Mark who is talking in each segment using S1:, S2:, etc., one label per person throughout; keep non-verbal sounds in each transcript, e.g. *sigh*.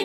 S1: イ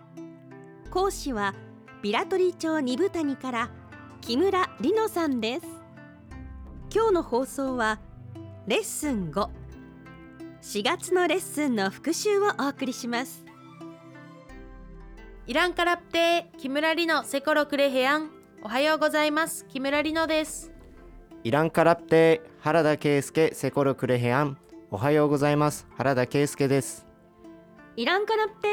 S2: 講師はビラトリ町二部谷から木村里乃さんです今日の放送はレッスン54月のレッスンの復習をお送りします
S1: イランカラプテー木村里のセコロクレヘアンおはようございます木村里乃です
S3: イランカラプテ原田圭介セコロクレヘアンおはようございます原田圭介です
S2: イランカラプテ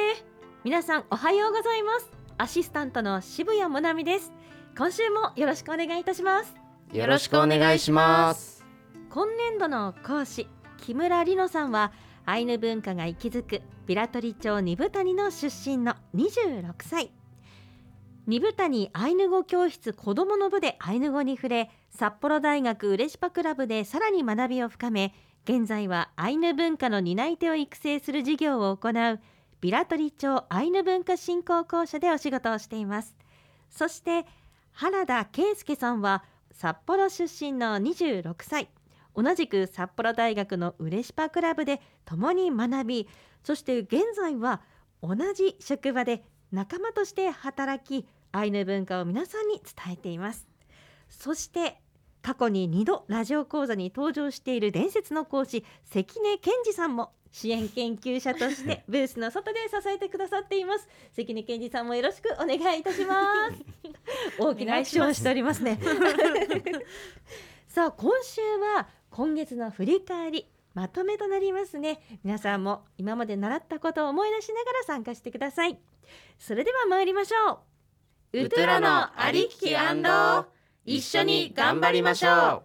S2: 皆さんおはようございますアシスタントの渋谷もなみです今週もよろしくお願いいたします
S1: よろしくお願いします
S2: 今年度の講師木村里乃さんはアイヌ文化が息づくビラトリ町二部谷の出身の26歳二部谷アイヌ語教室子どもの部でアイヌ語に触れ札幌大学ウレシパクラブでさらに学びを深め現在はアイヌ文化の担い手を育成する事業を行うビラトリ町アイヌ文化振興公社でお仕事をしていますそして原田圭介さんは札幌出身の26歳同じく札幌大学のウレシパクラブで共に学びそして現在は同じ職場で仲間として働きアイヌ文化を皆さんに伝えていますそして過去に2度ラジオ講座に登場している伝説の講師関根健二さんも支援研究者としてブースの外で支えてくださっています関根健二さんもよろしくお願いいたします大きなアクションをしておりますね *laughs* さあ今週は今月の振り返りまとめとなりますね皆さんも今まで習ったことを思い出しながら参加してくださいそれでは参りましょう
S1: ウトゥラのありきき一緒に頑張りましょ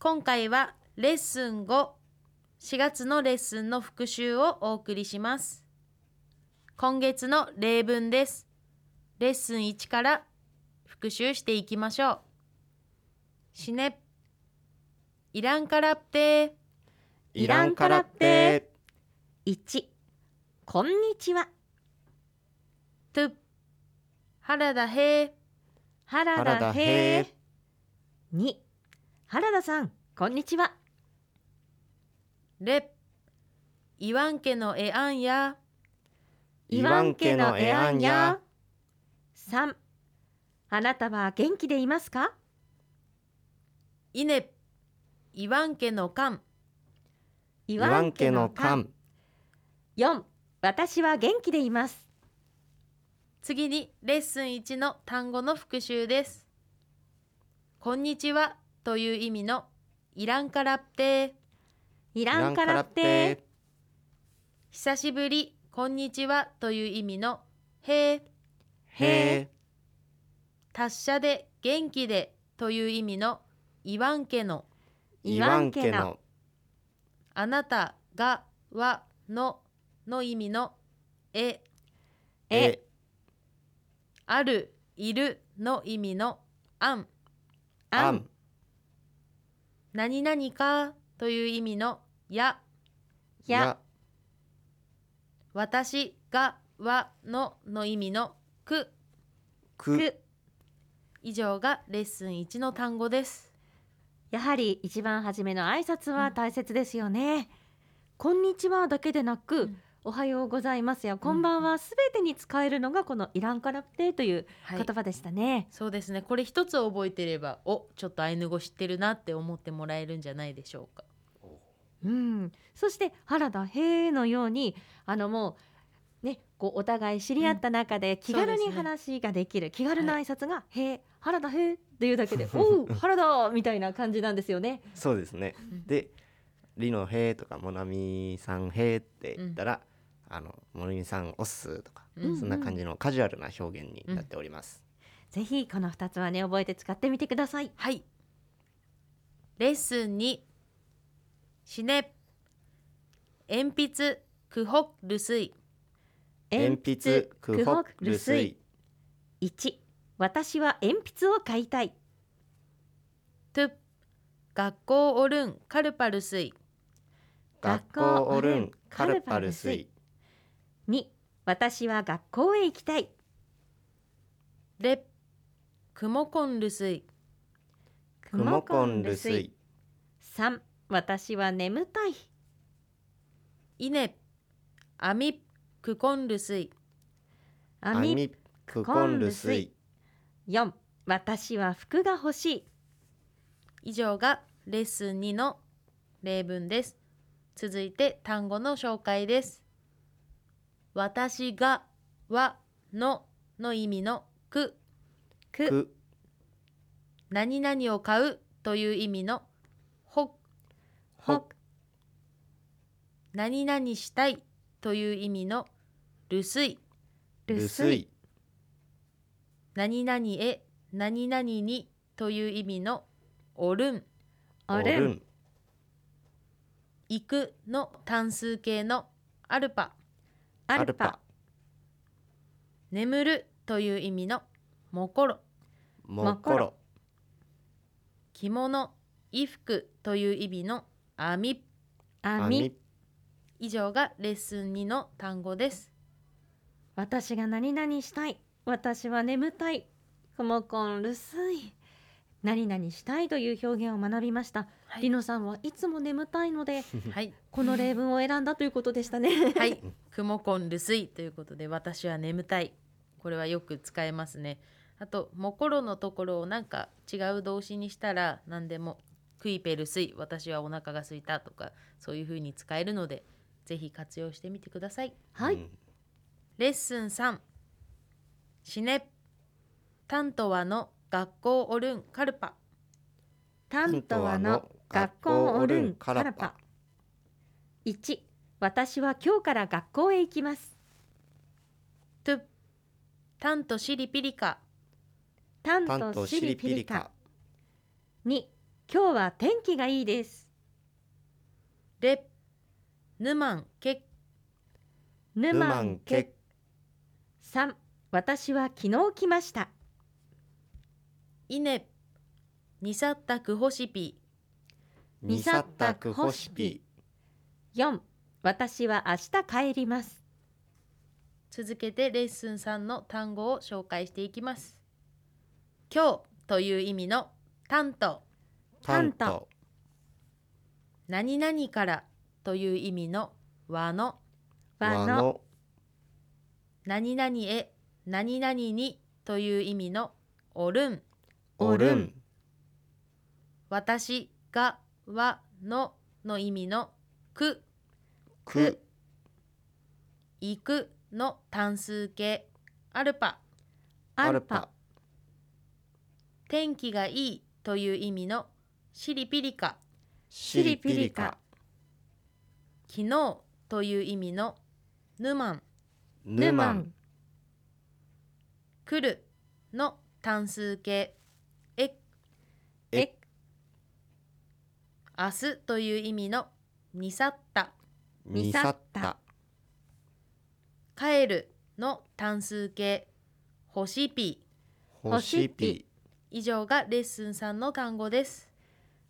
S1: 今回はレッスン54月のレッスンの復習をお送りします今月の例文ですレッスン1から復習していきましょうシネイランカラプテー
S2: イランカラプテ1こんにちは
S1: トゥ原田平
S2: 原
S3: 原
S2: 田
S3: 田
S2: 平
S3: 平
S2: 2原田さんこんにちは
S1: レイワン家のエアンや
S3: イワン家のエアンや
S2: 3あなたは元気でいますか
S1: イネイワン家のカン
S2: イ
S3: イワン家のカン
S2: 4私は元気でいます
S1: 次にレッスン1の単語の復習ですこんにちはという意味のイランカラプテ
S2: イランカラプテ
S1: 久しぶりこんにちはという意味のへー
S3: へ
S1: 達者で元気でという意味のイワン家の
S3: イワン家の
S1: あなたがはのの意味のえ
S2: え
S1: あるいるの意味のあん
S3: ア
S2: あ
S3: ン
S2: ん
S1: 何々かという意味のや
S2: や
S1: 私がはのの意味のく
S3: く
S2: く
S1: 以上がレッスン1の単語です
S2: やはり一番初めの挨拶は大切ですよね、こんにちはだけでなく、
S1: うん
S2: おはようございますやこんばんはすべてに使えるのがこのイランカラプテという
S1: は
S2: 言
S1: い
S2: 葉でしたね、
S1: そうですねこれ一つ覚えてればおちょっとアイヌ語知ってるなって思ってもらえるんじゃないでしょうか
S2: うん、そして原田平のようにあのもうねこうお互い知り合った中で気軽
S1: そう
S2: に
S1: ですね
S2: 話ができる、気軽な挨拶が「へえ原田平」っていう
S1: *laughs*
S2: だけで「おう原田」みたいな感じなんですよね。
S3: そうですね
S1: ん
S3: でリのへとかモナミさんへって言ったらあのモナミさんおっすとか
S1: うん
S3: そんな感じのカジュアルな表現になっております
S2: ぜひこの2つはね覚えて使ってみてください。
S1: はいレッスン2死ね鉛筆クホッルスイ
S3: 鉛筆クホッルスイ
S2: 1私は鉛筆を買いたい
S1: トゥッ学校おるんカルパルスイ
S3: 学校おるんカルパルスイ
S2: 2私は学校へ行きたい
S1: レックモコンルスイ
S3: クモコンルスイ
S2: 3私は眠たい
S1: イネアミックコンルスイ
S3: アミクコンルスイ
S2: 4私は服が欲しい
S1: 以上がレッスン2の例文です続いて単語の紹介です私がはのの意味のく
S2: く
S3: く
S1: 何々を買うという意味のほ
S2: ほ
S1: 何々したいという意味のるすい
S3: るすい
S1: 何々へ何々にという意味のおるん
S2: おるん
S1: 行くの単数形のアルパ
S2: アルパ
S1: 眠るという意味のもころ
S3: もころ
S1: 着物衣服という意味のあみ
S2: ア
S3: あ
S2: ミ
S3: み
S1: 以上がレッスン2の単語です
S2: 私が何々したい私は眠たいくもこんるすい何々したいという表現を学びました、
S1: はい
S2: りのさんはいつも眠たいので
S1: はい
S2: この例文を選んだということでしたね
S1: はいくもこんるすいということで私は眠たいこれはよく使えますねあともころのところをなんか違う動詞にしたら何でもクイペルすい私はお腹が空いたとかそういう風に使えるのでぜひ活用してみてください
S2: はい、
S3: うん
S1: レッスン3シネタントワの学校おるんカルパ
S2: タントワの学校おるんカラパ1私は今日から学校へ行きます
S1: トゥタントシリピリカ
S2: タ
S3: パ
S2: ンと
S3: ンと
S2: シ
S3: シ
S2: リ
S3: リ
S2: ピ
S3: ピ
S2: リ
S3: リ
S2: カ
S3: カ
S2: 2今日は天気がいいです
S1: レヌマンケッ
S2: ヌ
S3: ル
S2: マ
S3: マ
S2: ン
S3: ン
S2: ケ
S3: ケ
S2: 3私は昨日来ました
S1: イネニサッタクホシピ
S3: ニサッタクホシピ
S2: 4私は明日帰ります
S1: 続けてレッスン3の単語を紹介していきます今日という意味のタント
S3: タン
S2: タン
S3: ト
S1: 何々からという意味の和の
S2: 和の
S3: 和の
S1: 何々へ何々にという意味のおるん
S3: おるん
S1: 私がはのの意味のく
S3: く
S1: 行くの単数形アルパ
S2: アルパ
S1: 天気がいいという意味のシリピリカ
S3: シリピリカ
S1: 昨日という意味のヌマン
S3: ヌマン
S1: 来るの単数形え
S2: え
S1: 明日という意味のにさった
S3: ニサッタ
S1: 帰るの単数形ほしぴ
S3: ホシピ
S1: 以上がレッスン3の単語です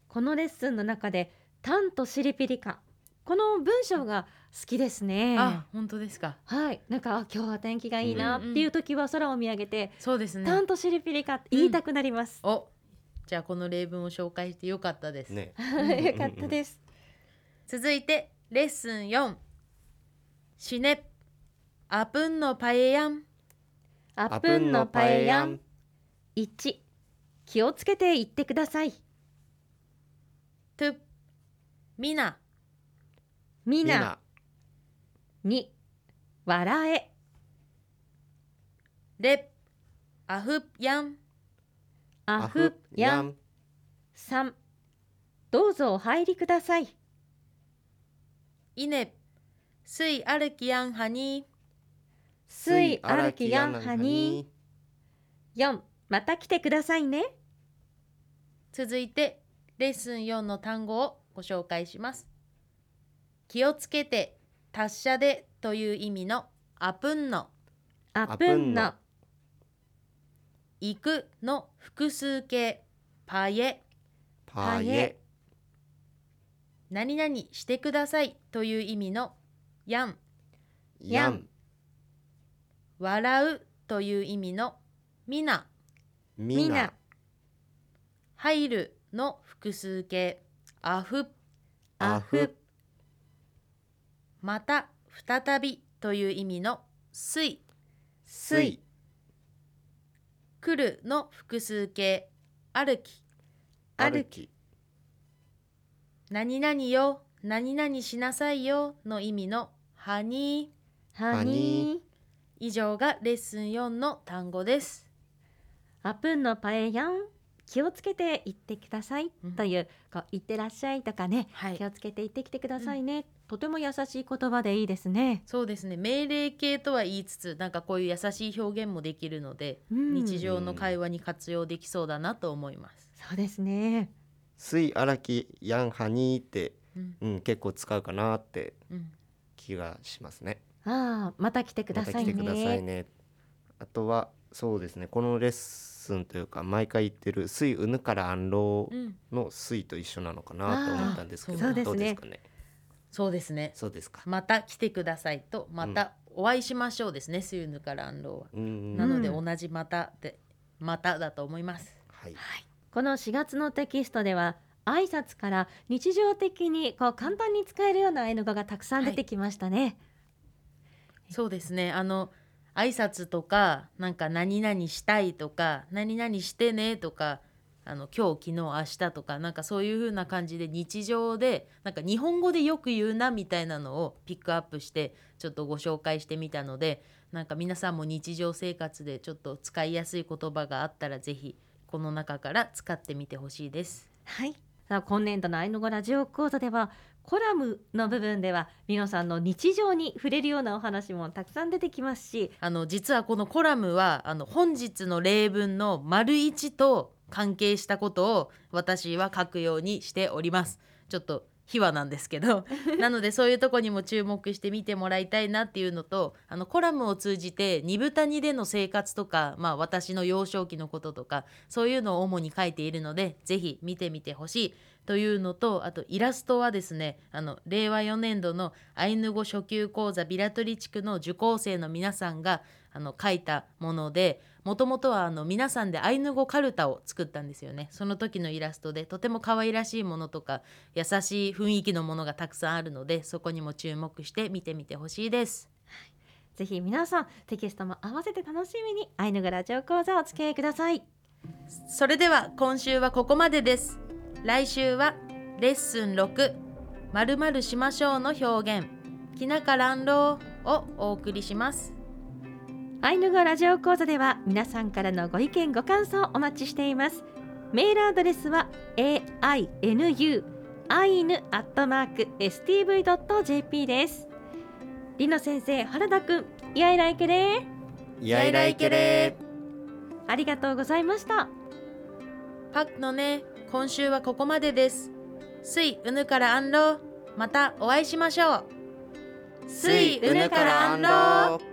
S2: このレッスンの中でタンとシリピリカこの文章が好きですね
S1: あ、本当ですか
S2: はい、なんかあ今日は天気がいいな
S1: うん
S2: って
S1: うん
S2: いう時は空を見上げて、
S1: そうです
S2: タ
S1: ね
S2: ンとシリピリカって言いたくなります、
S1: お、じゃあこの例文を紹介してよかったです、
S3: ね
S2: *laughs* よかったです
S1: 続いてレッスン4シネアプンのパエヤン
S2: アップンのパエヤン1気をつけて行ってください
S1: トゥミナ
S2: み
S3: ミ
S2: な
S3: ナ
S2: 2笑え
S1: レアフヤン
S2: ア
S3: ア
S2: フ
S3: フ
S2: ヤ
S3: ヤ
S2: ン
S3: ン
S2: 3どうぞお入りください
S1: イネスイアルキヤンハニ
S2: スイアラキヤンハニ
S3: ー
S2: ー4また来てくださいね
S1: ー続いてレッスン4の単語をご紹介します気をつけて達者でという意味のアプンの
S2: アプンの
S1: 行くの複数形パエ
S3: パイエ
S1: 何々してくださいという意味のやん
S3: ヤン
S1: 笑うという意味のみな
S3: ミ
S2: ミナ
S3: ナ
S1: 入るの複数形アフ
S2: アフ
S1: また再びという意味のすい
S3: スイ
S1: 来るの複数形歩き
S2: 歩
S3: 歩
S2: き
S3: き
S1: 何々よ何々しなさいよの意味のハニー
S2: ハニ
S1: 以上がレッスン4の単語です
S2: ーアプンのパエヤン気をつけて行ってください
S1: うん
S2: というこう行ってらっしゃいとかね
S1: はい
S2: 気をつけて行ってきてくださいね、とても優しい言葉でいいですね、
S1: そうですね命令形とは言いつつなんかこういう優しい表現もできるので、
S2: うん
S1: 日常の会話に活用できそうだなと思います、
S2: そうですね
S3: スイアラキヤンハニーって、
S1: うん
S3: うん、結構使うかなって
S1: うん
S3: 気がしますね。
S2: ああまた来てくだ
S3: ま
S2: さ
S3: た
S2: いね
S3: 来てくださいね。あとはそうですねこのレッスンというか毎回言ってる「水うぬから安老
S1: うん、」
S3: の「水」と一緒なのかなと思ったんですけど
S2: あーそうですね
S3: どうですかね
S1: そうですね
S3: そうですか。
S1: また来てくださいとまたお会いしましょうですね、スユヌからアンローは、
S3: うん
S1: なので
S2: うん
S1: 同じまたでまただと思います
S3: はい、
S2: この4月のテキストでは挨拶から日常的にこう簡単に使えるようなアイヌ語がたくさん出てきましたね。
S1: そうですねあの挨拶とかなんか何々したいとか何々してねとかあの今日昨日明日とかなんかそういう風な感じで日常でなんか日本語でよく言うなみたいなのをピックアップしてちょっとご紹介してみたのでなんか皆さんも日常生活でちょっと使いやすい言葉があったらぜひこの中から使ってみてほしいです。
S2: はい、さあ今年度のアイヌ語ラジオ講座ではコラムの部分ではミノさんの日常に触れるようなお話もたくさん出てきますし
S1: あの実はこのコラムはあの本日の例文の丸一と関係したことを私は書くようにしております。ちょっと秘話なんですけどなのでそういうとこにも注目して見てもらいたいなっていうのとあのコラムを通じて二豚にでの生活とか、まあ、私の幼少期のこととかそういうのを主に書いているのでぜひ見てみてほしいというのとあとイラストはですねあの令和4年度のアイヌ語初級講座ビラトリ地区の受講生の皆さんがあの書いたものでもともとはあの皆さんでアイヌ語カルタを作ったんですよねその時のイラストでとても可愛らしいものとか優しい雰囲気のものがたくさんあるのでそこにも注目して見てみてほしいです。
S2: ぜひ皆さんテキストも合わせて楽しみにアイヌ語ラジオ講座お付き合いください。
S1: それでは今週はここまでです来週はレッスン6まるまるしましょうの表現きなからんろうをお送りします
S2: アイヌ語ラジオ講座では皆さんからのご意見ご感想をお待ちしていますメールアドレスは ainu アイヌアットマーク stv.jp ですりの先生原田くんイアイライケレー
S3: やいらいけれ
S2: ありがとうございました
S1: パックのね今週はここまでですすいうぬからあんろうまたお会いしましょう
S3: 水うぬから安老